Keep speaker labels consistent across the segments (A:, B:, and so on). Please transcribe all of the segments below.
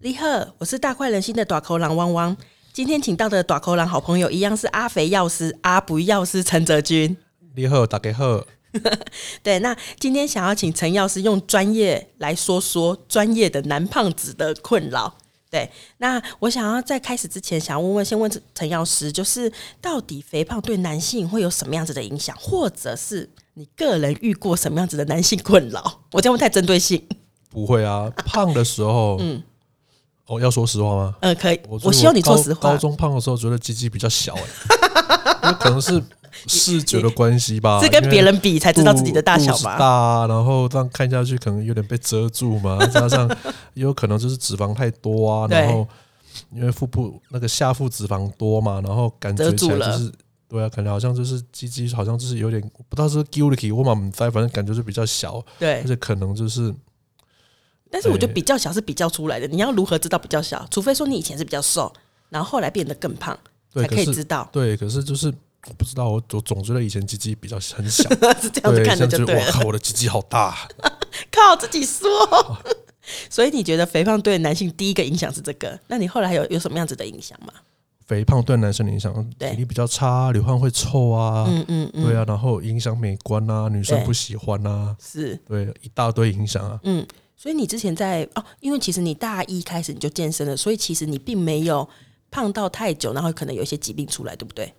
A: 你好，我是大快人心的短口狼汪汪。今天请到的短口狼好朋友一样是阿肥药师阿不药师陈泽君。
B: 你好，大家好。
A: 对，那今天想要请陈药师用专业来说说专业的男胖子的困扰。对，那我想要在开始之前，想问问，先问陈药师，就是到底肥胖对男性会有什么样子的影响，或者是你个人遇过什么样子的男性困扰？我这样问太针对性。
B: 不会啊，胖的时候，嗯，哦，要说实话吗？
A: 呃，可以，
B: 我
A: 我希望你
B: 高
A: 说实话
B: 高。中胖的时候，觉得鸡鸡比较小、欸， 有可能是视觉的关系吧。
A: 是跟
B: 啊因为
A: 别人比才知道自己的大小
B: 肚子
A: 吗？
B: 大啊，然后这样看下去可能有点被遮住嘛， 加上也有可能就是脂肪太多啊，
A: 对
B: 然后因为腹部那个下腹脂肪多嘛，然后感觉
A: 遮
B: 起
A: 住
B: 来
A: 了
B: 就是。对啊，感觉好像就是鸡鸡，好像就是有点不知道是不是 guilty，我满在，反正感觉就比较小，
A: 对
B: 而，且可能就是
A: 但是我觉得比较小是比较出来的，你要如何知道比较小？除非说你以前是比较瘦，然后后来变得更胖，
B: 对，
A: 才
B: 可
A: 可以
B: 是
A: 知道
B: 对，可是就是我不知道，我我总觉得以前鸡鸡比较很 小，
A: 是这样子
B: 对，
A: 看
B: 现
A: 的
B: 在
A: 就
B: 就
A: 对
B: 哇
A: 了。
B: 靠，我的鸡鸡好大，
A: 靠自己说。所以你觉得肥胖对男性第一个影响是这个？那你后来有有什么样子的影响吗？
B: 肥胖对男生的影响，
A: 对
B: 体力比较差，流汗会臭啊，
A: 嗯嗯嗯，
B: 对啊，然后影响美观啊，女生
A: 对
B: 不喜欢啊，
A: 是。
B: 对，一大堆影响啊，
A: 嗯，所以你之前在哦，因为其实你大一开始你就健身了，所以其实你并没有胖到太久，然后可能有一些疾病出来，对不对？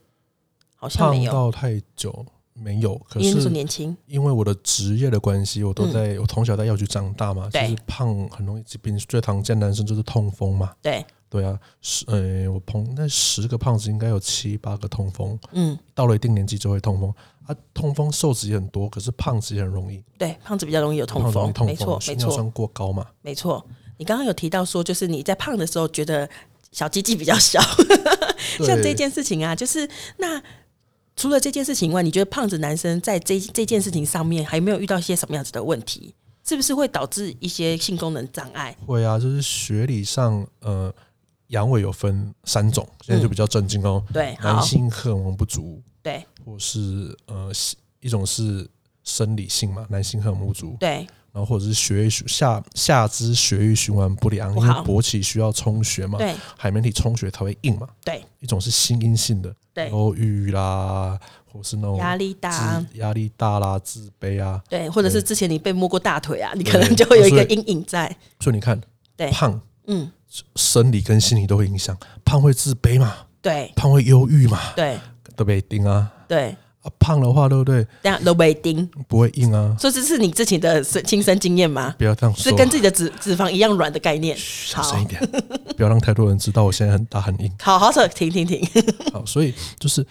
A: 好像没
B: 胖
A: 有，
B: 到太久没有，可
A: 因为那时候
B: 是
A: 年轻。
B: 因为我的职业的关系，我都在、我从小在药局长大嘛，其
A: 对
B: 实胖很容易疾病，最常见男生就是痛风嘛，
A: 对，
B: 对啊，十呃，我碰那十个胖子应该有七八个痛风，
A: 嗯，
B: 到了一定年纪就会痛风啊。痛风瘦子也很多，可是胖子也很容易，
A: 对，胖子比较容易有痛
B: 胖子容易
A: 风，
B: 痛
A: 没错
B: 风，血
A: 没
B: 尿
A: 错。
B: 酸过高嘛。
A: 没错，你刚刚有提到说，就是你在胖的时候觉得小鸡鸡比较 小，像这
B: 对
A: 件事情啊，就是那除了这件事情以外，你觉得胖子男生在这这件事情上面还有没有遇到一些什么样子的问题？是不是会导致一些性功能障碍？
B: 会啊，就是学理上呃，阳痿有分三种，现在就比较震惊哦。
A: 对，嗯好
B: 男，性荷尔蒙不足，
A: 对
B: 或是呃西一种是生理性嘛，男性荷尔蒙不足，
A: 对
B: 然后或者是血液循下下肢血液循环不良，
A: 不
B: 因为
A: 好
B: 勃起需要充血嘛，
A: 对
B: 海绵体充血才会硬嘛。
A: 对
B: 一种是心因性的，
A: 对
B: 忧郁啦，或是那种
A: 压力大啊，
B: 自压力大啦、自卑啊。
A: 对，或者是
B: 对
A: 之前你被摸过大腿啊，你可
B: 对哦
A: 能就会有一个
B: 所以
A: 阴影在。
B: 所以你看，
A: 对，
B: 胖
A: 嗯，
B: 生理跟心理都会影响，胖会自卑嘛，
A: 对
B: 胖会忧郁嘛，
A: 对
B: 对不对？丁啊，
A: 对，
B: 啊胖的话，对不对？
A: 这样都被叮。
B: 不会硬啊，
A: 所以这是你自己的身亲身经验吗？
B: 不要这样
A: 是
B: 说，
A: 跟自己的脂脂肪一样软的概念。
B: 小
A: 好
B: 声一点，不要让太多人知道我现在很大很 硬。
A: 好好扯，停停停，
B: 好，所以就是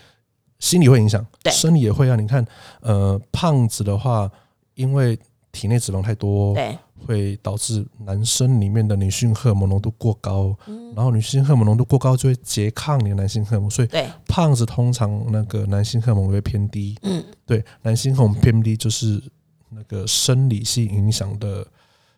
B: 心理会影响，
A: 对
B: 生理也会啊。你看，呃，胖子的话，因为体内脂肪太 多，
A: 对
B: 会导致男生里面的女性荷尔蒙浓度过高，然后女性荷尔蒙浓度过高就会拮抗你的男性荷尔蒙，所以
A: 嗯对，
B: 胖子通常那个男性荷尔蒙会偏低，
A: 嗯，
B: 对，男性荷尔蒙偏低就是那个生理性影响的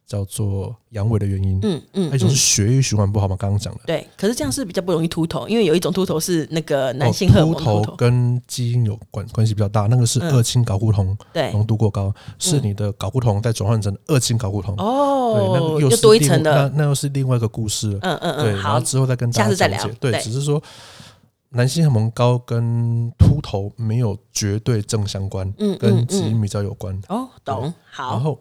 B: 叫做阳痿的原因，
A: 嗯嗯，
B: 还有一种是血液循环不好嘛，刚刚讲的。
A: 对。可是这样是比较不容易秃头，因为有一种秃头是那个男性
B: 哦
A: 荷尔蒙
B: 秃
A: 秃
B: 头
A: 头，
B: 跟基因有关关系比较大，那个是
A: 嗯
B: 二氢睾固酮
A: 对，
B: 浓度过高，是你的睾固酮再转换成二氢睾固酮，对，那
A: 哦
B: 个，又
A: 就是多一
B: 另
A: 层了。
B: 那那又是另外一个故事了。
A: 嗯嗯
B: 对，
A: 嗯，
B: 然后
A: 好，
B: 之后再跟大
A: 下次
B: 家
A: 再
B: 讲
A: 聊
B: 解。对，
A: 对
B: 只是说男性荷尔蒙高跟秃头没有绝对正相关，
A: 嗯嗯
B: 跟基
A: 嗯，
B: 因比较有关。
A: 哦，懂，好
B: 然，后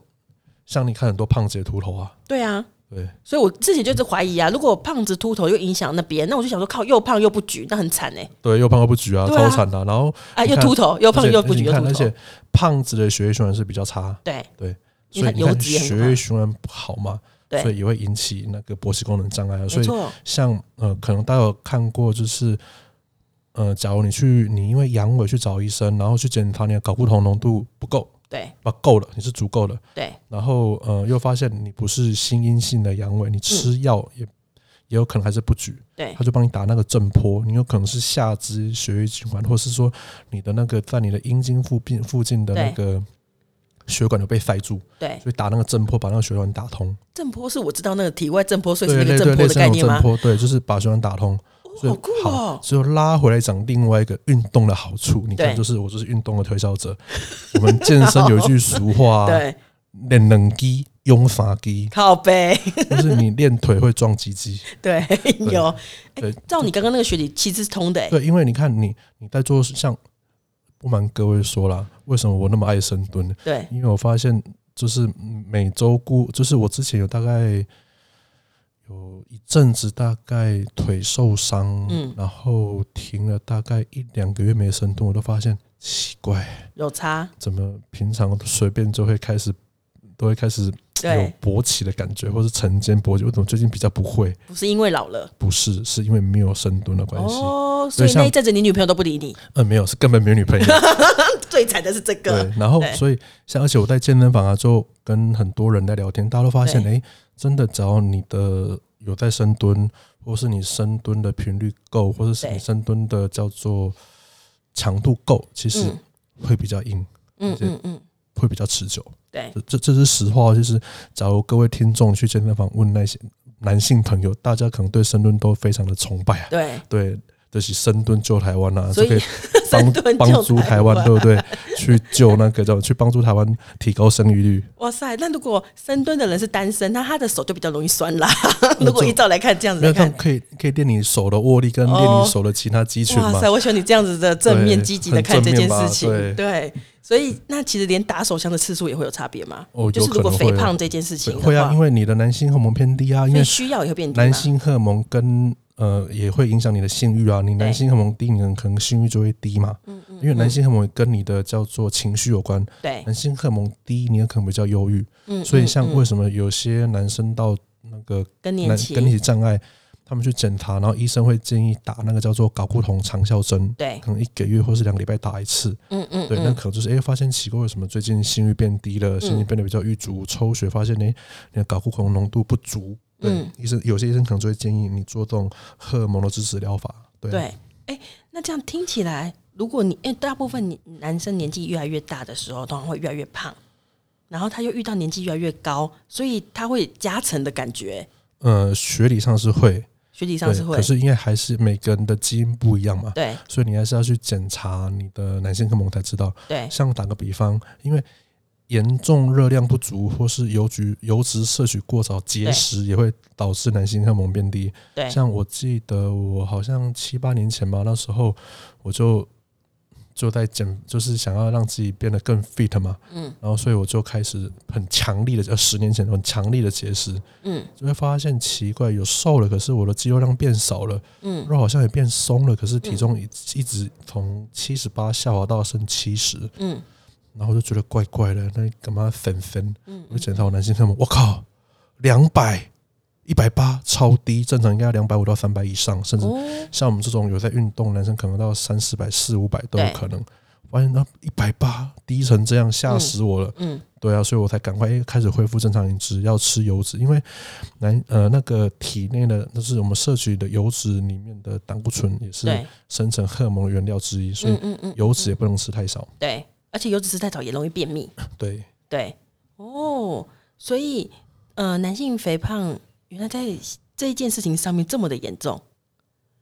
B: 像你看很多胖子也秃头啊，
A: 对啊。
B: 对，
A: 所以我之前就是怀疑啊，如果胖子秃头又影响那边，那我就想说，靠，又胖又不举，那很惨哎、
B: 对，又胖又不举啊，
A: 对啊
B: 超惨的啊。然后
A: 啊，
B: 你
A: 又
B: 看
A: 秃头，又
B: 而
A: 胖
B: 且
A: 又
B: 而
A: 不
B: 且
A: 举
B: 你
A: 又
B: 看，
A: 秃
B: 而
A: 头
B: 且，胖子的血液循环是比较差，
A: 对因为
B: 所以
A: 它
B: 你
A: 油
B: 看
A: 脂也很
B: 血
A: 快
B: 液循环不好嘛，所
A: 对，
B: 以也会引起那个勃起功能障碍啊。所
A: 没
B: 以
A: 错，
B: 像呃，可能大家有看过，就是呃，假如你去你因为阳痿去找医生，然后去检查你的睾固酮浓度不够，
A: 对
B: 啊，够了，你是足够的，
A: 对
B: 然后呃，又发现你不是心因性的阳痿，你吃药也、也有可能还是不举，
A: 对
B: 他就帮你打那个震波，你有可能是下肢血液循环，或是说你的那个在你的阴茎附近附近的那个血管有被塞住，
A: 对。
B: 所以打那个震波把那个血管打通，
A: 震波是我知道那个体外震波，所以是
B: 对
A: 那个
B: 对
A: 震
B: 对，
A: 波
B: 类
A: 的
B: 似
A: 概
B: 那种
A: 念吗
B: 震？波，对，就是把血管打通。所以
A: 好酷哦
B: 好，只有拉回来讲另外一个运动的好处。你
A: 对
B: 看，就是我 啊就是运动的推销者。我们健身有一句俗话、
A: 对，
B: 练冷肌拥发 肌，
A: 靠背，
B: 就是你练腿会撞鸡鸡。
A: 对，有。哎、
B: 对
A: 照你刚刚那个学理，其实是通的、欸。
B: 对，因为你看你你在做像，不瞒各位说啦，为什么我那么爱深蹲？
A: 对，
B: 因为我发现就是每周固，就是我之前有大概有一阵子大概腿受伤，
A: 嗯
B: 然后停了大概一两个月没深蹲，我都发现奇怪，
A: 有差。
B: 怎么平常随便就会开始都会开始有
A: 对，
B: 勃起的感觉，或是晨间勃起，为什么最近比较不会？
A: 不是因为老了
B: 不是，是因为没有深蹲的关系。
A: 哦，所以
B: 对像
A: 那一阵子你女朋友都不理你，
B: 嗯，没有，是根本没有女朋友。
A: 最惨的是这
B: 对
A: 个。，
B: 然后
A: 对
B: 所以像，而且我在健身房啊，就跟很多人在聊天，大家都发现，
A: 对
B: 哎、真的，只要你的有在深蹲，或是你深蹲的频率够，或者是
A: 对
B: 你深蹲的叫做强度够，其实
A: 嗯
B: 会比较硬，
A: 嗯嗯嗯，
B: 会比较持久。
A: 对
B: 这这这是实话，就是假如各位听众去健身房问那些男性朋友，大家可能对深蹲都非常的崇拜啊，
A: 对，
B: 对，就是深蹲救台湾啊，
A: 所
B: 这
A: 以
B: 个
A: 深
B: 帮
A: 蹲
B: 帮
A: 救
B: 助台湾，
A: 湾
B: 对不对？去救那个叫去帮助台湾提高生 育率。
A: 哇塞，那如果深蹲的人是单身，那他的手就比较容易酸啦。
B: 嗯
A: 如果
B: 这
A: 依照来看，这样子
B: 没
A: 来
B: 有，他
A: 看
B: 们，可以可以练你手的握力，跟
A: 哦
B: 练你手的其他肌群
A: 哇
B: 嘛
A: 塞，。我喜欢你这样子的正面
B: 对
A: 积极的
B: 很
A: 看这
B: 正面
A: 件
B: 吧
A: 事情。
B: 对
A: 对，所以那其实连打手枪的次数也会有差别嘛。
B: 哦
A: 就是
B: 有
A: 如
B: 可
A: 果
B: 能
A: 肥
B: 会啊
A: 胖这件事情
B: 对
A: 的
B: 会啊，
A: 话
B: 因，为你的男性荷尔蒙偏低啊，因
A: 所
B: 为
A: 以需要也会变低嘛。
B: 男性荷尔蒙跟呃也会影响你的性欲啊，你男性荷尔蒙低，你可能性欲就会低嘛。
A: 嗯嗯
B: 因为男性荷尔蒙跟你的叫做情绪有关，
A: 对，
B: 男性荷尔蒙低，你有可能比较忧郁。
A: 嗯
B: 所以像
A: 嗯
B: 为什么有些男生到那个
A: 更年
B: 男
A: 期，
B: 更年期障碍，他们去检查，然后医生会建议打那个叫做睾固酮长效针，
A: 对，
B: 可能一个月或是两个礼拜打一次。
A: 嗯嗯，
B: 对，
A: 嗯
B: 那可能就是哎、诶发现奇怪，为什么最近性欲变低了，心情变得比较郁卒，抽血发现哎、诶你的睾固酮浓度不足。对，
A: 嗯
B: 医生有些医生可能就会建议你做这种荷尔蒙的支持疗法。对啊，
A: 对，哎、那这样听起来，如果你因为大部分你男生年纪越来越大的时候，通常会越来越胖，然后他又遇到年纪越来越高，所以他会加成的感觉，
B: 呃，学理上是会，
A: 学理上
B: 对，
A: 是会
B: 可，是因为还是每个人的基因不一样嘛，
A: 对
B: 所以你还是要去检查你的男性荷尔蒙才知道。
A: 对
B: 像打个比方，因为严重热量不足或是油脂油脂摄取过早、节食，也会导致男性荷尔蒙变低。
A: 对，
B: 像我记得我好像七八年前吧，那时候我就就在减，就是想要让自己变得更 fit 嘛，
A: 嗯
B: 然后所以我就开始很强力的，呃，十年前很强力的节食，
A: 嗯
B: 就会发现奇怪，有瘦了，可是我的肌肉量变少了，
A: 嗯，
B: 肉好像也变松了，可是体重一一直从七十八下滑到剩七十，
A: 嗯
B: 然后我就觉得怪怪的，那干嘛粉粉？
A: 嗯
B: 我就检查我男性荷尔蒙，我靠，两百、一百八，超低，正常应该要两百五到三百以上，甚至
A: 哦，
B: 像我们这种有在运动男生，可能到三四百、四五百都有
A: 对
B: 可能。发现那一百八低成这样，吓
A: 嗯
B: 死我了。
A: 嗯
B: 对啊，所以我才赶快、诶开始恢复正常饮食，要吃油脂，因为男呃那个体内的，就是我们摄取的油脂里面的胆固醇也是
A: 对，
B: 生成荷尔蒙的原料之一，所
A: 嗯
B: 以
A: 嗯嗯，
B: 油脂也不能吃太少。
A: 对，而且油脂吃太少也容易便秘，
B: 对，
A: 对，哦，所以呃，男性肥胖原来在这一件事情上面这么的严重，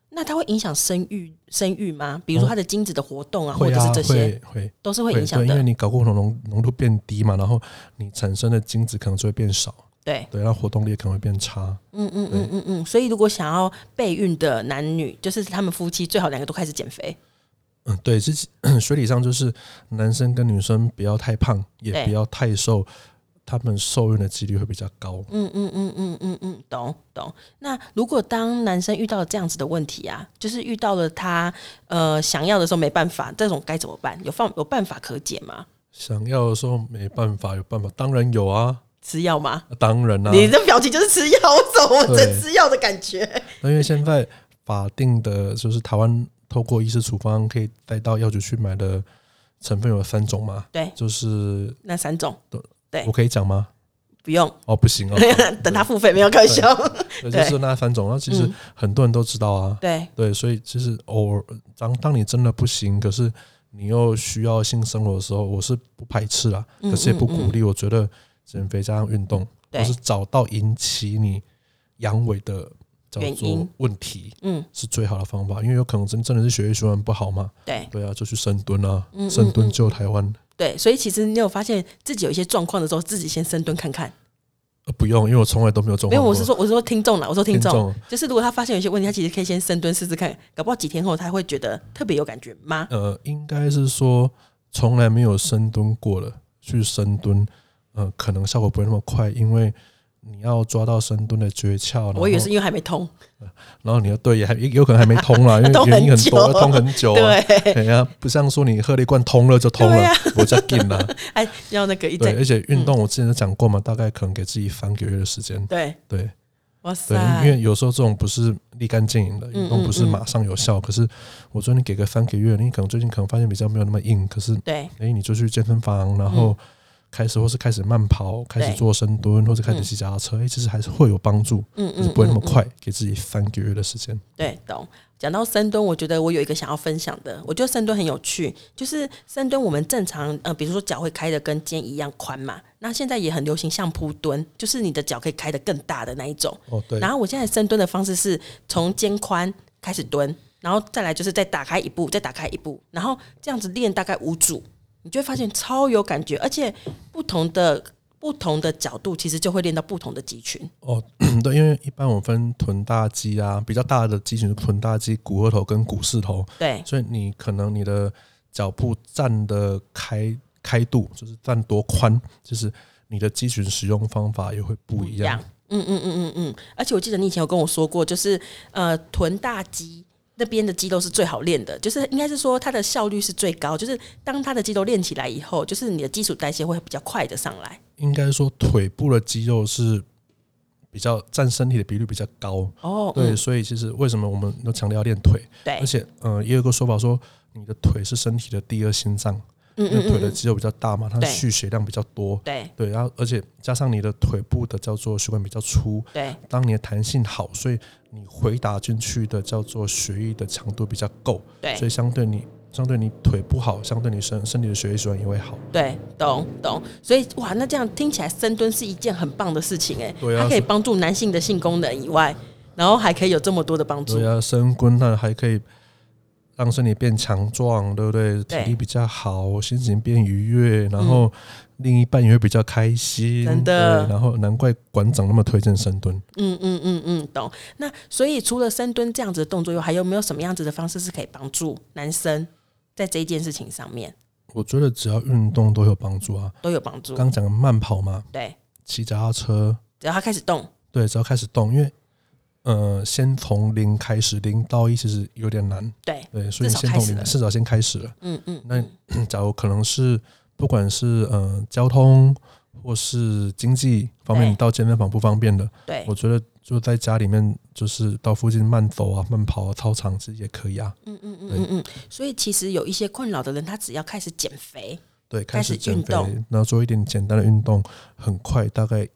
A: 那它会影响生育生育吗？比如说
B: 哦
A: 它的精子的活动啊，或
B: 会
A: 者
B: 啊，
A: 是这些
B: 会会
A: 都是会
B: 会
A: 影响
B: 对，因为
A: 的。
B: 你睾固酮浓浓度变低嘛，然后你产生的精子可能就会变少，
A: 对，
B: 对，然后活动力也可能会变差。
A: 嗯嗯嗯嗯嗯，所以如果想要备孕的男女，就是他们夫妻最好两个都开始减肥。
B: 嗯，对，这 是学理上就是男生跟女生不要太胖，也
A: 对
B: 不要太瘦，他们受孕的几率会比较高。
A: 嗯嗯嗯嗯嗯嗯，懂懂。那如果当男生遇到这样子的问题啊，就是遇到了他呃想要的时候没办法，这种该怎么办？有方有办法可解吗？
B: 想要的时候没办法，有办法，当然有啊，
A: 吃药吗？
B: 当然啊，
A: 你的表情就是吃药，我怎么我在
B: 对
A: 吃药的感觉？
B: 那因为现在法定的就是台湾透过医师处方可以带到药局去买的成分有三种嘛，
A: 对，
B: 就是
A: 那三种对
B: 我可以讲吗？
A: 不用，，
B: 哦，不行哦
A: 等他付费没有开销。
B: 对，
A: 对
B: 就是那三种。那其实
A: 嗯
B: 很多人都知道啊，
A: 对
B: 对，所以其实偶尔当当你真的不行，可是你又需要性生活的时候，我是不排斥啦，
A: 嗯
B: 可是也不
A: 嗯嗯
B: 鼓励。我觉得减肥加上运动，
A: 对
B: 或是找到引起你阳痿的叫
A: 原
B: 做
A: 因
B: 问题，
A: 嗯，
B: 是最好的方法，因为有可能真真的是血液循环不好嘛。
A: 对
B: 对啊，就去深蹲啊
A: 嗯嗯，
B: 深蹲救台湾。哦
A: 对，所以其实你有发现自己有一些状况的时候，自己先深蹲看看，
B: 呃不用，因为我从来都没有中
A: 没
B: 过。
A: 有，我是说，我是说听众啦，我说听
B: 哦听
A: 众
B: 众，
A: 就是如果他发现有些问题，他其实可以先深蹲试试看，搞不好几天后他会觉得特别有感觉吗？
B: 呃，应该是说从来没有深蹲过了，去深蹲，呃，可能效果不会那么快，因为你要抓到深蹲的诀窍。然后
A: 我以为是因为还没通，
B: 然后你要对也还也有可能还没通啊啦，因
A: 通
B: 为
A: 很
B: 原因很多，
A: 久
B: 通很久、啊。
A: 对，
B: 哎呀，不像说你喝了一罐通了就通
A: 对
B: 了
A: 啊，
B: 我再进啦。
A: 哎，要那个 一
B: 对，
A: 整
B: 而且运动我之前有讲过嘛，大概可能给自己翻个月的时间。
A: 对，
B: 对
A: 哇
B: 对，
A: 塞，
B: 因为有时候这种不是立竿见影的，
A: 啊嗯
B: 运动不是
A: 嗯
B: 马上有效。可是我说你给个三个月，你可能最近可能发现比较没有那么硬，可是
A: 对
B: 哎、你就去健身房，然
A: 嗯
B: 后开始或是开始慢跑，开始做深蹲，或者开始骑脚踏车，哎、其实还是会有帮助，
A: 嗯
B: 就是
A: 嗯，
B: 不会那么
A: 嗯嗯
B: 快，给自己三个月的时间。
A: 对，懂。讲到深蹲，我觉得我有一个想要分享的，我觉得深蹲很有趣，就是深蹲我们正常呃，比如说脚会开的跟肩一样宽嘛，那现在也很流行相扑蹲，就是你的脚可以开得更大的那一种。
B: 哦，对
A: 然，后我现在深蹲的方式是从肩宽开始蹲，然后再来就是再打开一步，再打开一步，然后这样子练大概五组，你就会发现超有感觉，而且不同的不同的角度其实就会练到不同的肌群。
B: 哦， 对，因为一般我分臀大肌啊，比较大的肌群是臀大肌、股二头跟股四头，
A: 对
B: 所以你可能你的脚步站的开开度，就是站多宽，就是你的肌群使用方法也会不一样。。
A: 嗯嗯嗯嗯嗯，而且我记得你以前有跟我说过，就是呃臀大肌那边的肌肉是最好练的，就是应该是说它的效率是最高，就是当它的肌肉练起来以后，就是你的基础代谢会比较快的上来。
B: 应该说腿部的肌肉是比较占身体的比率比较高，
A: 哦，
B: 对，
A: 嗯
B: 所以其实为什么我们都强调要练腿，
A: 对
B: 而，且呃，也有个说法说，你的腿是身体的第二心脏，
A: 嗯
B: 因
A: 嗯
B: 为
A: 嗯
B: 腿的
A: 嗯，
B: 肌肉比较大嘛，它
A: 对
B: 蓄血量比较多，
A: 对
B: 对，然后而且加上你的腿部的叫做血管比较粗，
A: 对
B: 当你的弹性好，所以你回打进去的叫做血液的强度比较够，所
A: 对
B: 以相对你相对你腿不好，相对你身身体的血液循环也会好。
A: 对，懂懂。所以哇，那这样听起来深蹲是一件很棒的事情哎，
B: 对啊
A: 它可以
B: 是
A: 帮助男性的性功能以外，然后还可以有这么多的帮助
B: 对。啊，深蹲那还可以让身体变强壮，对不对？体
A: 对嗯
B: 力比较好，心情变愉悦，然后另一半也会比较开心。
A: 真的
B: 对然后难怪馆长那么推荐深蹲。
A: 嗯嗯嗯嗯，懂。那所以除了深蹲这样子的动作以外，还有没有什么样子的方式是可以帮助男生在这一件事情上面
B: 我觉得只要运动都有帮助啊。
A: 都有帮助？
B: 刚讲的慢跑嘛，
A: 对，
B: 骑脚踏车，
A: 只要他开始动，
B: 对，只要开始动，因为呃，先从零开始，零到一其实有点难，
A: 对，
B: 对，所以你
A: 至少
B: 先
A: 开
B: 从
A: 始了
B: 零，至少先开始了。
A: 嗯嗯，
B: 那 假如可能是不管是呃交通或是经济方面，
A: 对
B: 你到健身房不方便的，
A: 对
B: 我，觉得就在家里面，就是到附近慢走啊、慢跑啊、操场其实也可以啊。
A: 嗯嗯嗯
B: 对
A: 嗯嗯。所以其实有一些困扰的人，他只要开始减肥，
B: 对，
A: 开
B: 开
A: 始
B: 始减
A: 运
B: 肥
A: 动，
B: 然后做一点简单的运动，很快大概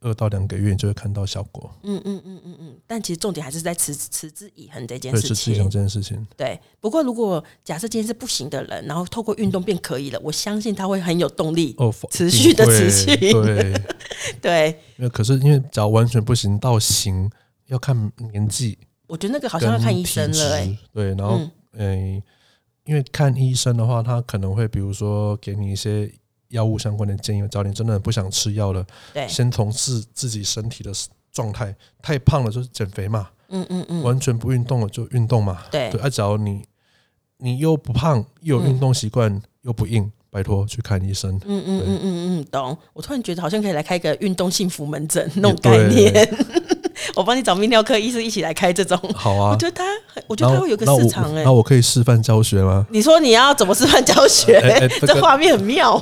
B: 二到两个月你就会看到效果。
A: 嗯嗯嗯嗯嗯，但其实重点还是在持持之以恒这件
B: 对，
A: 事
B: 是自己
A: 情
B: 想。这件事情。
A: 对，不过如果假设今天是不行的人，然后透过运动变可以了，我相信他会很有动力。
B: 哦，
A: 持续地
B: 一定会
A: 持续
B: 对，
A: 对，
B: 因为可是因为假如完全不行到行，要看年纪，
A: 我觉得那个好
B: 好
A: 像要看医生了、哎，
B: 对，然后
A: 嗯，
B: 诶、因为看医生的话，他可能会比如说给你一些药物相关的建议，找你真的不想吃药了，
A: 对，
B: 先从自自己身体的状态，太胖了就是减肥嘛，
A: 嗯嗯嗯，
B: 完全不运动了就运动嘛。
A: 对
B: 对，。啊，假如你你又不胖，又有运动习惯，又不硬，拜托去看医生。
A: 嗯嗯嗯嗯嗯，懂。我突然觉得好像可以来开个运动幸福门诊那种概
B: 对
A: 念， 我帮你找泌尿科医师一起来开这种。
B: 好
A: 我
B: 啊，
A: 觉得他，我觉得
B: 那我
A: 他会有个
B: 那
A: 市
B: 我
A: 场哎、？
B: 那我可以示范教学吗
A: 你说你要怎么示范教学？
B: 哎哎 这
A: 这
B: 个
A: 画面很妙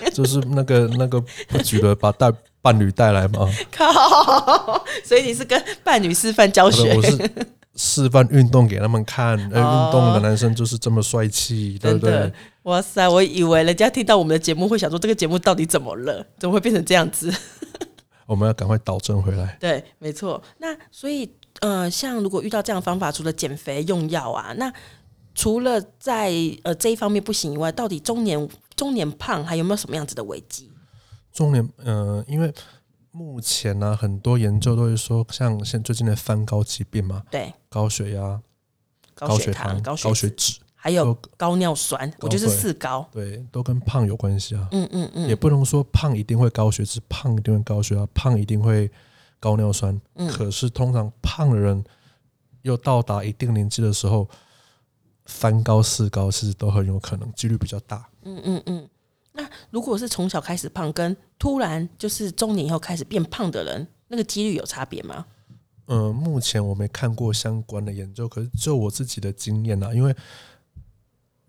A: 哎、
B: 就是那个那个不举了，把带伴侣带来嘛。
A: 靠！所以你是跟伴侣示范教
B: 好
A: 学
B: 的，我，是示范运动给他们 看，呃，
A: 哦
B: 运动的男生就是这么帅气，对
A: 真
B: 不
A: 的
B: 对？。
A: 哇塞，我以为人家听到我们的节目会想说这个节目到底怎么了，怎么会变成这样子？
B: 我们要赶快导正回来。
A: 对，没错。那所以，呃，像如果遇到这样的方法，除了减肥用药啊，那除了在呃这一方面不行以外，到底中年中年胖还有没有什么样子的危机？
B: 中年，呃，因为目前呢、很多研究都会说，像现最近的三高疾病嘛，
A: 对，
B: 高血压、
A: 高
B: 血
A: 糖、
B: 糖、
A: 高
B: 高
A: 血
B: 血
A: 脂
B: 脂，
A: 还有
B: 都
A: 高尿酸，我就是
B: 对
A: 四高。
B: 对，都跟胖有关系啊。
A: 嗯嗯嗯，
B: 也不能说胖一定会高血脂，胖一定会高血压，胖一定会高尿酸。
A: 嗯
B: 可是通常胖的人又到达一定年纪的时候，三高四高其实都很有可能，几率比较大。
A: 那如果是从小开始胖，跟突然就是中年以后开始变胖的人，那个几率有差别吗？
B: 嗯、目前我没看过相关的研究，可是就我自己的经验啊，因为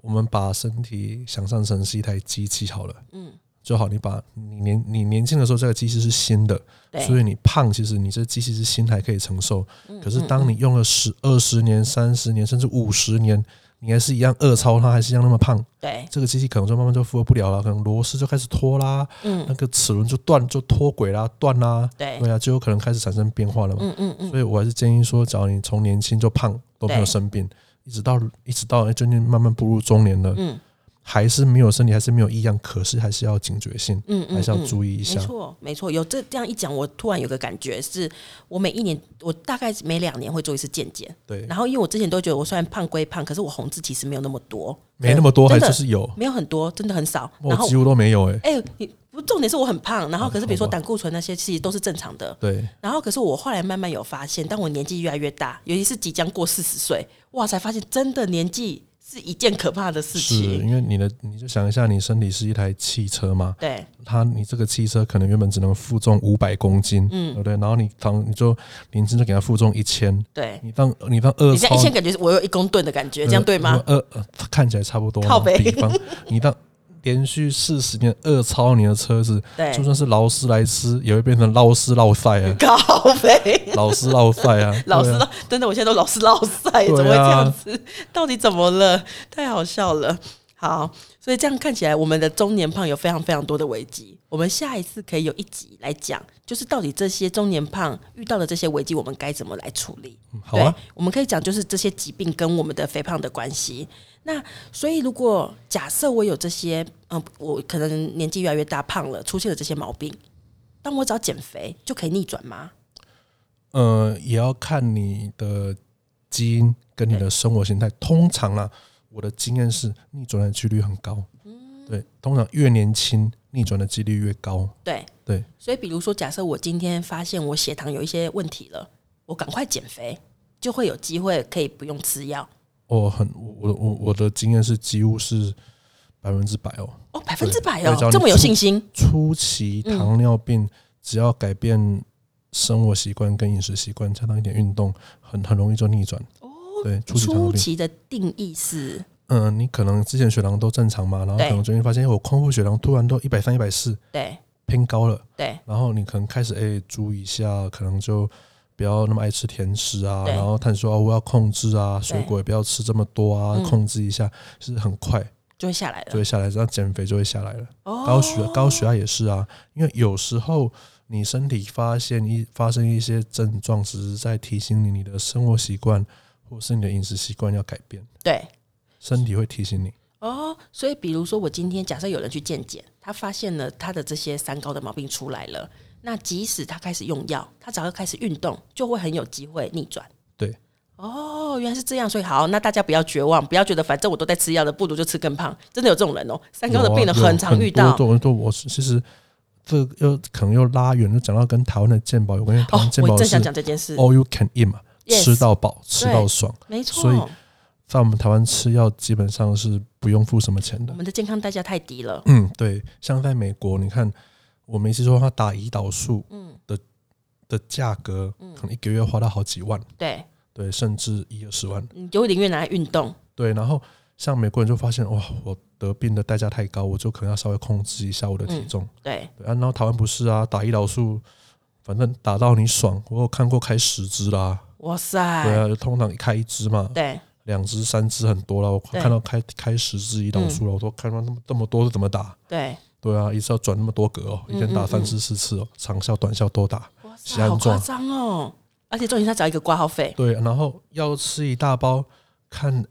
B: 我们把身体想象成是一台机器好了，嗯，就好，你把你年你年轻的时候这个机器是新的，
A: 对，
B: 所以你胖，其实你这机器是心还可以承受。可是当你用了十、二十年、三十年，甚至五十年，你还是一样饿超它，还是一样那么胖，
A: 对，
B: 这个机器可能就慢慢就负荷不了了，可能螺丝就开始脱啦，那
A: 嗯，
B: 个齿轮就断，就脱轨啦，断啦，
A: 对，
B: 对啊，就有可能开始产生变化了嘛。
A: 嗯嗯嗯，
B: 所以我还是建议说，只要你从年轻就胖都没有
A: 对
B: 生病，一直到一直到哎最近慢慢步入中年了，
A: 嗯
B: 还是没有身体还是没有异样，可是还是要警觉性，
A: 嗯嗯，
B: 还是要
A: 嗯
B: 注意一下
A: 没。错，没错，有这这样一讲，我突然有个感觉是，我每一年，我大概每两年会做一次健检。
B: 对，
A: 然后，因为我之前都觉得我虽然胖归胖，可是我红痣其实没有那么多，
B: 没那么多，还
A: 真的
B: 就是有。
A: 没有很多，真的很少。
B: 我
A: 然后
B: 几，乎都没有哎、
A: 哎、你不重点是我很胖，然后可是比如说
B: 好吧
A: 胆固醇那些其实都是正常的，
B: 对，
A: 然后，可是我后来慢慢有发现，当我年纪越来越大，尤其是即将过四十岁，哇，才发现真的年纪是一件可怕的事
B: 是
A: 情。
B: 因为你的，你就想一下，你身体是一台汽车嘛，
A: 对
B: 它你这个汽车可能原本只能负重五百公斤，
A: 嗯
B: 对不对？然后你当你就年轻就给它负重一千，
A: 对，
B: 你当你当二
A: 你这样
B: 超
A: 一，千感觉是我有一公吨的感觉，这样对吗？
B: 呃？二看起来差不多嘛，啊
A: 靠北
B: 比 方你当连续四十年二超你的车子，
A: 对，
B: 就，算是劳斯莱斯也会变成劳斯劳赛 啊
A: 高飞。
B: 劳斯劳赛啊，
A: 老师
B: 对啊啊
A: 都真的，我现在都老师老塞，怎么会这样子？到底怎么了？太好笑了。好，所以这样看起来，我们的中年胖有非常非常多的危机。我们下一次可以有一集来讲，就是到底这些中年胖遇到的这些危机，我们该怎么来处理？
B: 好啊
A: 对，我们可以讲就是这些疾病跟我们的肥胖的关系。那所以，如果假设我有这些，嗯、我可能年纪越来越大，胖了，出现了这些毛病，当我只要减肥就可以逆转吗？
B: 呃，也要看你的基因跟你的生活形态。通常啦，我的经验是逆转的几率很高。
A: 嗯
B: 对，通常越年轻，逆转的几率越高。
A: 对，
B: 对，
A: 所以，比如说，假设我今天发现我血糖有一些问题了，我赶快减肥，就会有机会可以不用吃药。
B: 我哦很我我我我的经验是几乎是百分之百哦。
A: 哦，百分之百
B: 对只要
A: 哦，
B: 你
A: 这么有信心。
B: 初期糖尿病只要改变生活习惯跟饮食习惯，加上一点运动，很很容易就逆转。对，初期糖尿
A: 哦初
B: 病。
A: 期的定义是，
B: 嗯、你可能之前血糖都正常嘛，然后
A: 对
B: 可能最近发现，哎我空腹血糖突然都一百三、一百四，
A: 对
B: 偏高了。
A: 对
B: 然后你可能开始哎、注意一下，可能就不要那么爱吃甜食啊，
A: 对
B: 然后碳水化合物要控制啊，
A: 对
B: 水果也不要吃这么多啊，
A: 嗯
B: 控制一下，是很快
A: 就会下来
B: 就
A: 了。
B: 会下来，这样减肥就会下来了。
A: 哦，
B: 高血高血压也是啊，因为有时候你身体发现一发生一些症状，只是在提醒你你的生活习惯或是你的饮食习惯要改变，
A: 对
B: 身体会提醒你。
A: 哦，所以比如说，我今天假设有人去健检，他发现了他的这些三高的毛病出来了，那即使他开始用药，他只要开始运动，就会很有机会逆转。
B: 对，
A: 哦，原来是这样，所以好，那大家不要绝望，不要觉得反正我都在吃药的，不如就吃更胖。真的有这种人哦，三高的病人
B: 有啊有
A: 很常遇到
B: 很。多很多我是其实这个又可能又拉远，就讲到跟台湾的健保有关，因为台
A: 哦
B: 湾，健
A: 我
B: 保
A: 正
B: 是哦
A: 想讲这件事，
B: all you can eat 嘛
A: Yes
B: 吃到饱，吃到爽。
A: 没
B: 所以
A: 错，
B: 在我们台湾吃药基本上是不用付什么钱
A: 我
B: 的。
A: 们的健康代价太低了。
B: 嗯，对，像在美国，你看我没记错的话，打胰岛素
A: 嗯，
B: 的价格，可能一个月花到好几万，
A: 对，
B: 对，甚至一二十万。
A: 你有点越拿来运动，
B: 对，然后像美国人就发现，哇，我得病的代价太高，我就可能要稍微控制一下我的
A: 嗯
B: 体重。
A: 对，
B: 对啊，然后台湾不是啊，打胰岛素，反正打到你爽。我有看过开十支啦、
A: 哇
B: 对
A: 塞，
B: 啊，就通常开一支嘛，
A: 哎对
B: 两支、三支很多啦。我
A: 对嗯
B: 看到开开十支胰岛素了，我都看到那么这么多是怎么打？
A: 对，
B: 对啊，一次要转那么多格哦，一天打三次、四次哦，长效、短效都打。
A: 嗯哇
B: 喜
A: 塞，
B: 安
A: 好夸
B: 壮
A: 张哦！而且重点是他只要一个挂号费，
B: 对，然后要吃一大包，看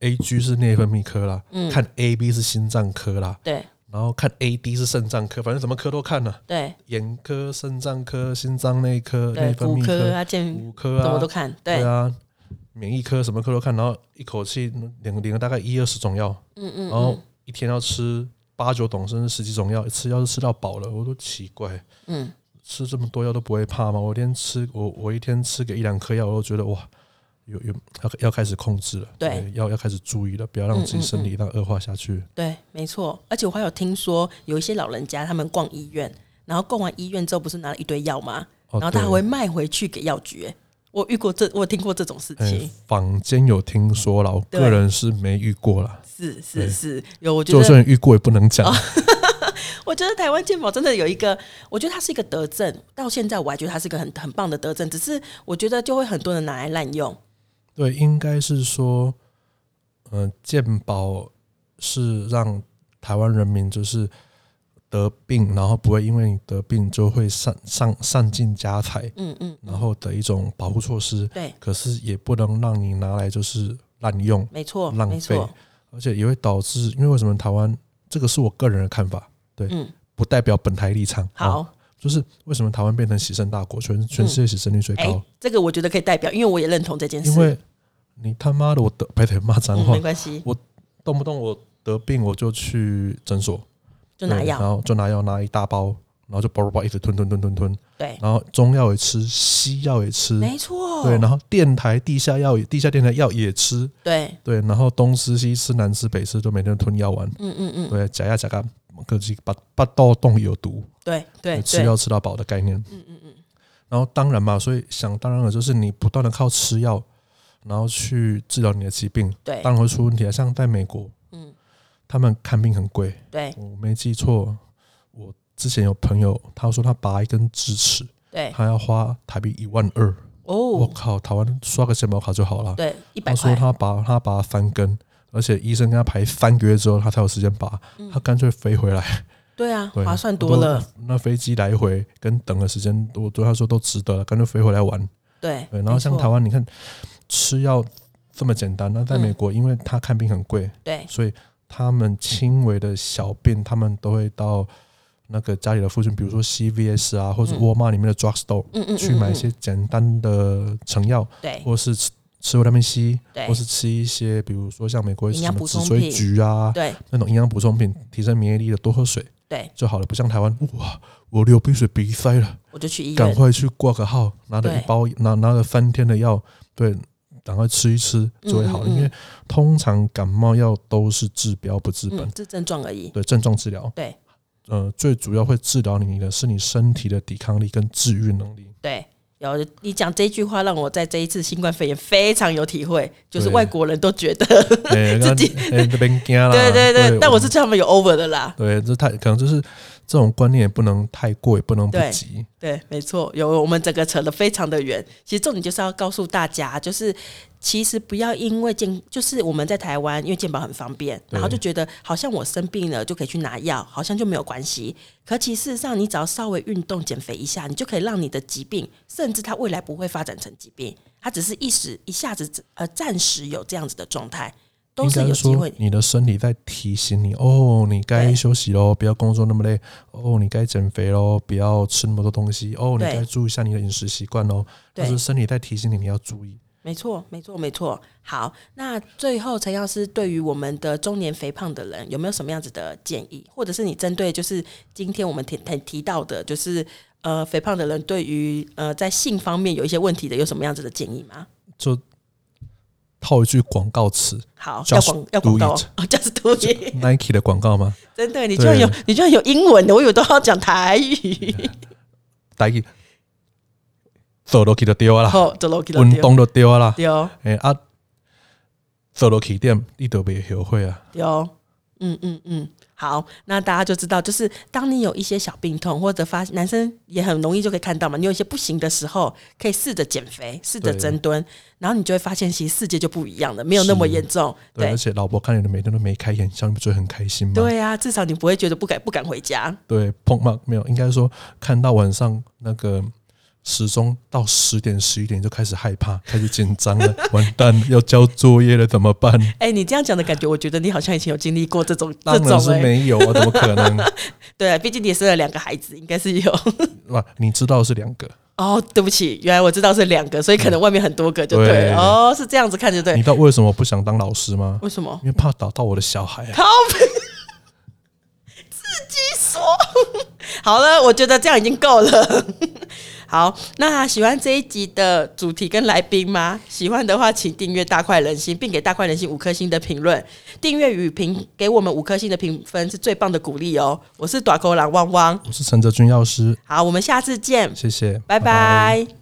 B: A G 是内分泌科啦，
A: 嗯
B: 看 A B 是心脏科啦，
A: 对
B: 然后看 A D 是肾脏科，反正什么科都看了、啊
A: 对
B: 眼科、肾脏科、心脏内科、内
A: 对，
B: 分
A: 骨
B: 泌
A: 科
B: 科、
A: 啊、健
B: 骨科
A: 什么
B: 啊
A: 都，看，
B: 对
A: 对
B: 啊，免疫科什么科都看，然后一口气领领了大概一二十种药，
A: 嗯嗯，
B: 然后
A: 嗯
B: 一天要吃八九种甚至十几种药，吃药都吃到饱了，我都奇怪，
A: 嗯，
B: 吃这么多药都不会怕吗？我连吃我我一天吃个一两颗药，我都觉得哇，有有要要开始控制了，
A: 对，
B: 要要开始注意了，不要让自己身体让恶化下去。
A: 对，没错。而且我还有听说有一些老人家他们逛医院，然后逛完医院之后不是拿了一堆药吗？
B: 哦
A: 嗯然后他还
B: 对
A: 会卖回去给药局、欸我遇过这，我有听过这种事
B: 哎
A: 情，，
B: 坊间有听说了，我
A: 对
B: 个人是没遇过啦。
A: 是
B: 对
A: 是是，有。我觉
B: 就
A: 得，哦
B: 算遇过也不能讲，
A: 我觉得台湾健保真的有一个，我觉得它是一个德政，到现在我还觉得它是一个很很棒的德政，只是我觉得就会很多人拿来滥用。
B: 对，应该是说，嗯、健保是让台湾人民就是得病，然后不会因为你得病就会散上散尽家财，
A: 嗯嗯，
B: 然后的一种保护措施。
A: 对，
B: 可是也不能让你拿来就是滥用，
A: 没错，
B: 浪
A: 没
B: 费
A: 错，
B: 而且也会导致，因为为什么台湾这个是我个人的看法，对，
A: 嗯，
B: 不代表本台立场。哦，
A: 好，嗯
B: 就是为什么台湾变成洗肾大国，全全世界洗肾率最
A: 哎、
B: 高，
A: 这个我觉得可以代表，因为我也认同这件事，
B: 因为你他妈的我得白腿骂脏
A: 嗯，
B: 话
A: 没，关系，
B: 动不动我得病我就去诊所，
A: 就拿
B: 对
A: 药
B: 然，后就拿药拿一大包，然后就包包包一直吞吞吞吞吞，
A: 对，
B: 然后中药也吃，西药也吃，
A: 没错，
B: 嗯对，然后电台地下药也地下电台药也吃，
A: 对，
B: 对，然后东吃西吃南吃北吃，就每天吞药丸，
A: 嗯嗯嗯，
B: 对，假药假干，各自把把道洞有毒，
A: 对对
B: 对吃
A: 对，
B: 药吃到饱的概念。
A: 嗯嗯嗯，
B: 然后当然嘛，所以想当然了，就是你不断的靠吃药，然后去治疗你的疾病，
A: 对
B: 当然会出问题啊。像在美国，
A: 哎嗯
B: 他们看病很贵，
A: 对
B: 我没记错，我之前有朋友他说他拔一根智齿，
A: 对，
B: 他要花台币一万二，
A: 哎
B: 我
A: 哦，
B: 靠，台湾刷个健保卡就好了。
A: 对，一百
B: 他说
A: 块，
B: 他拔他拔三根，而且医生跟他排三个月之后他才有时间拔，
A: 嗯
B: 他干脆飞回来，
A: 对啊，
B: 对
A: 划算多了，。
B: 那飞机来回跟等的时间，我对他说都值得了，干脆飞回来玩。
A: 对，
B: 对，然后像
A: 没错嗯
B: 台，湾，你看吃药这么简单，那在美国，因为他看病很贵，
A: 对
B: 所以他们轻微的小病，他们都会到那个家里的附近，比如说 CVS 啊，或者
A: 嗯
B: 沃尔玛里面的 drugstore、
A: 嗯嗯嗯，
B: 去买一
A: 嗯
B: 些简单的成药，
A: 对
B: 或是吃吃维他命 C，
A: 对
B: 或是吃一些比如说像美国
A: 营
B: 什
A: 养
B: 么
A: 补
B: 紫
A: 充
B: 锥
A: 品
B: 菊啊
A: 对
B: 那种营养补充品，提升免疫力的，多喝水
A: 对，
B: 就好了，不像台湾，哇，我流鼻水鼻塞了。
A: 我就去医
B: 赶
A: 院，
B: 快去挂个号，拿了
A: 对
B: 一包，拿拿了三天的药，对，赶快吃一吃就会好了。
A: 嗯嗯嗯
B: 因为通常感冒药都是治标不治本，
A: 嗯，这症状而已，
B: 对症状治疗，
A: 对
B: 呃，最主要会治疗你的是你身体的抵抗力跟治愈 能力。
A: 对。有你讲这句话，让我在这一次新冠肺炎非常有体会，就是
B: 对
A: 外国人都觉得，
B: 哎，
A: 自己
B: 刚哎这边惊啦，
A: 对对对，但我是
B: 们
A: 觉得他们有 over 的啦，
B: 对，这太可能就是这种观念也不能太过，也不能不
A: 对
B: 及。
A: 对，没错，有我们整个扯得非常的远。其实重点就是要告诉大家，就是其实不要因为健，就是我们在台湾，因为健保很方便，
B: 对
A: 然后就觉得好像我生病了就可以去拿药，好像就没有关系。可其实事实上，你只要稍微运动、减肥一下，你就可以让你的疾病，甚至它未来不会发展成疾病，它只是一时一下子呃暂时有这样子的状态，都
B: 应
A: 是
B: 该
A: 有机
B: 说
A: 会，。
B: 你的身体在提醒你哦，你该
A: 对
B: 休息喽，不要工作那么累；哦，你该减肥喽，不要吃那么多东西；哦，你
A: 对
B: 该注意一下你的饮食习惯喽。
A: 对
B: 就是身体在提醒你，你要注意。
A: 没错，没错，没错。好，那最后陈药师对于我们的中年肥胖的人有没有什么样子的建议，或者是你针对就是今天我们提提提到的，就是呃肥胖的人对于呃在性方面有一些问题的，有什么样子的建议吗？
B: 就套一句广告词
A: 好，要
B: Just
A: 广要广
B: do
A: 告
B: it
A: 哦，just do it，
B: ，Nike 的广告吗？
A: 真的，你居然有你居然有英文的，我以为都要讲台语。
B: 大家走落去就丢啊啦，
A: 好，走喽，走喽
B: 运动就丢啦。
A: 哦丢
B: 哎啊，走落去点，你都别后悔啊。
A: 丢，嗯嗯嗯，好，那大家就知道，就是当你有一些小病痛，或者发男生也很容易就可以看到嘛，你有一些不行的时候，可以试着减肥，试着
B: 对
A: 增蹲，然后你就会发现，其实世界就不一样了，没有那么
B: 是
A: 严重。
B: 对，
A: 对
B: 而且老婆看你的每天都眉开眼笑，你不觉得很开心吗？
A: 对啊，至少你不会觉得不敢不敢回家。
B: 对，碰嘛没有，应该说看到晚上那个时钟到十点十一点就开始害怕，开始紧张了， 完蛋要交作业了怎么办？
A: 哎、你这样讲的感觉，我觉得你好像以前有经历过这种这
B: 当然
A: 种
B: 是
A: 哎、
B: 没有啊，怎么可能？
A: 对啊，毕竟你也生了两个孩子，应该是有。
B: 哇，你知道是两个，
A: 哦，对不起，原来我知道是两个，所以可能外面很多个就对
B: 对
A: 了。哦，是这样子看就对
B: 你。知道为什么不想当老师吗？
A: 为什么？
B: 因为怕打到我的小孩啊。
A: 靠背，自己说。好了，我觉得这样已经够了。 好，那喜欢这一集的主题跟来宾吗？喜欢的话，请订阅大快人心，并给大快人心五颗星的评论。订阅与评给我们五颗星的评分是最棒的鼓励哦。我是短口狼汪汪，
B: 我是陈泽君药师，
A: 好，我们下次见，
B: 谢谢，
A: 拜拜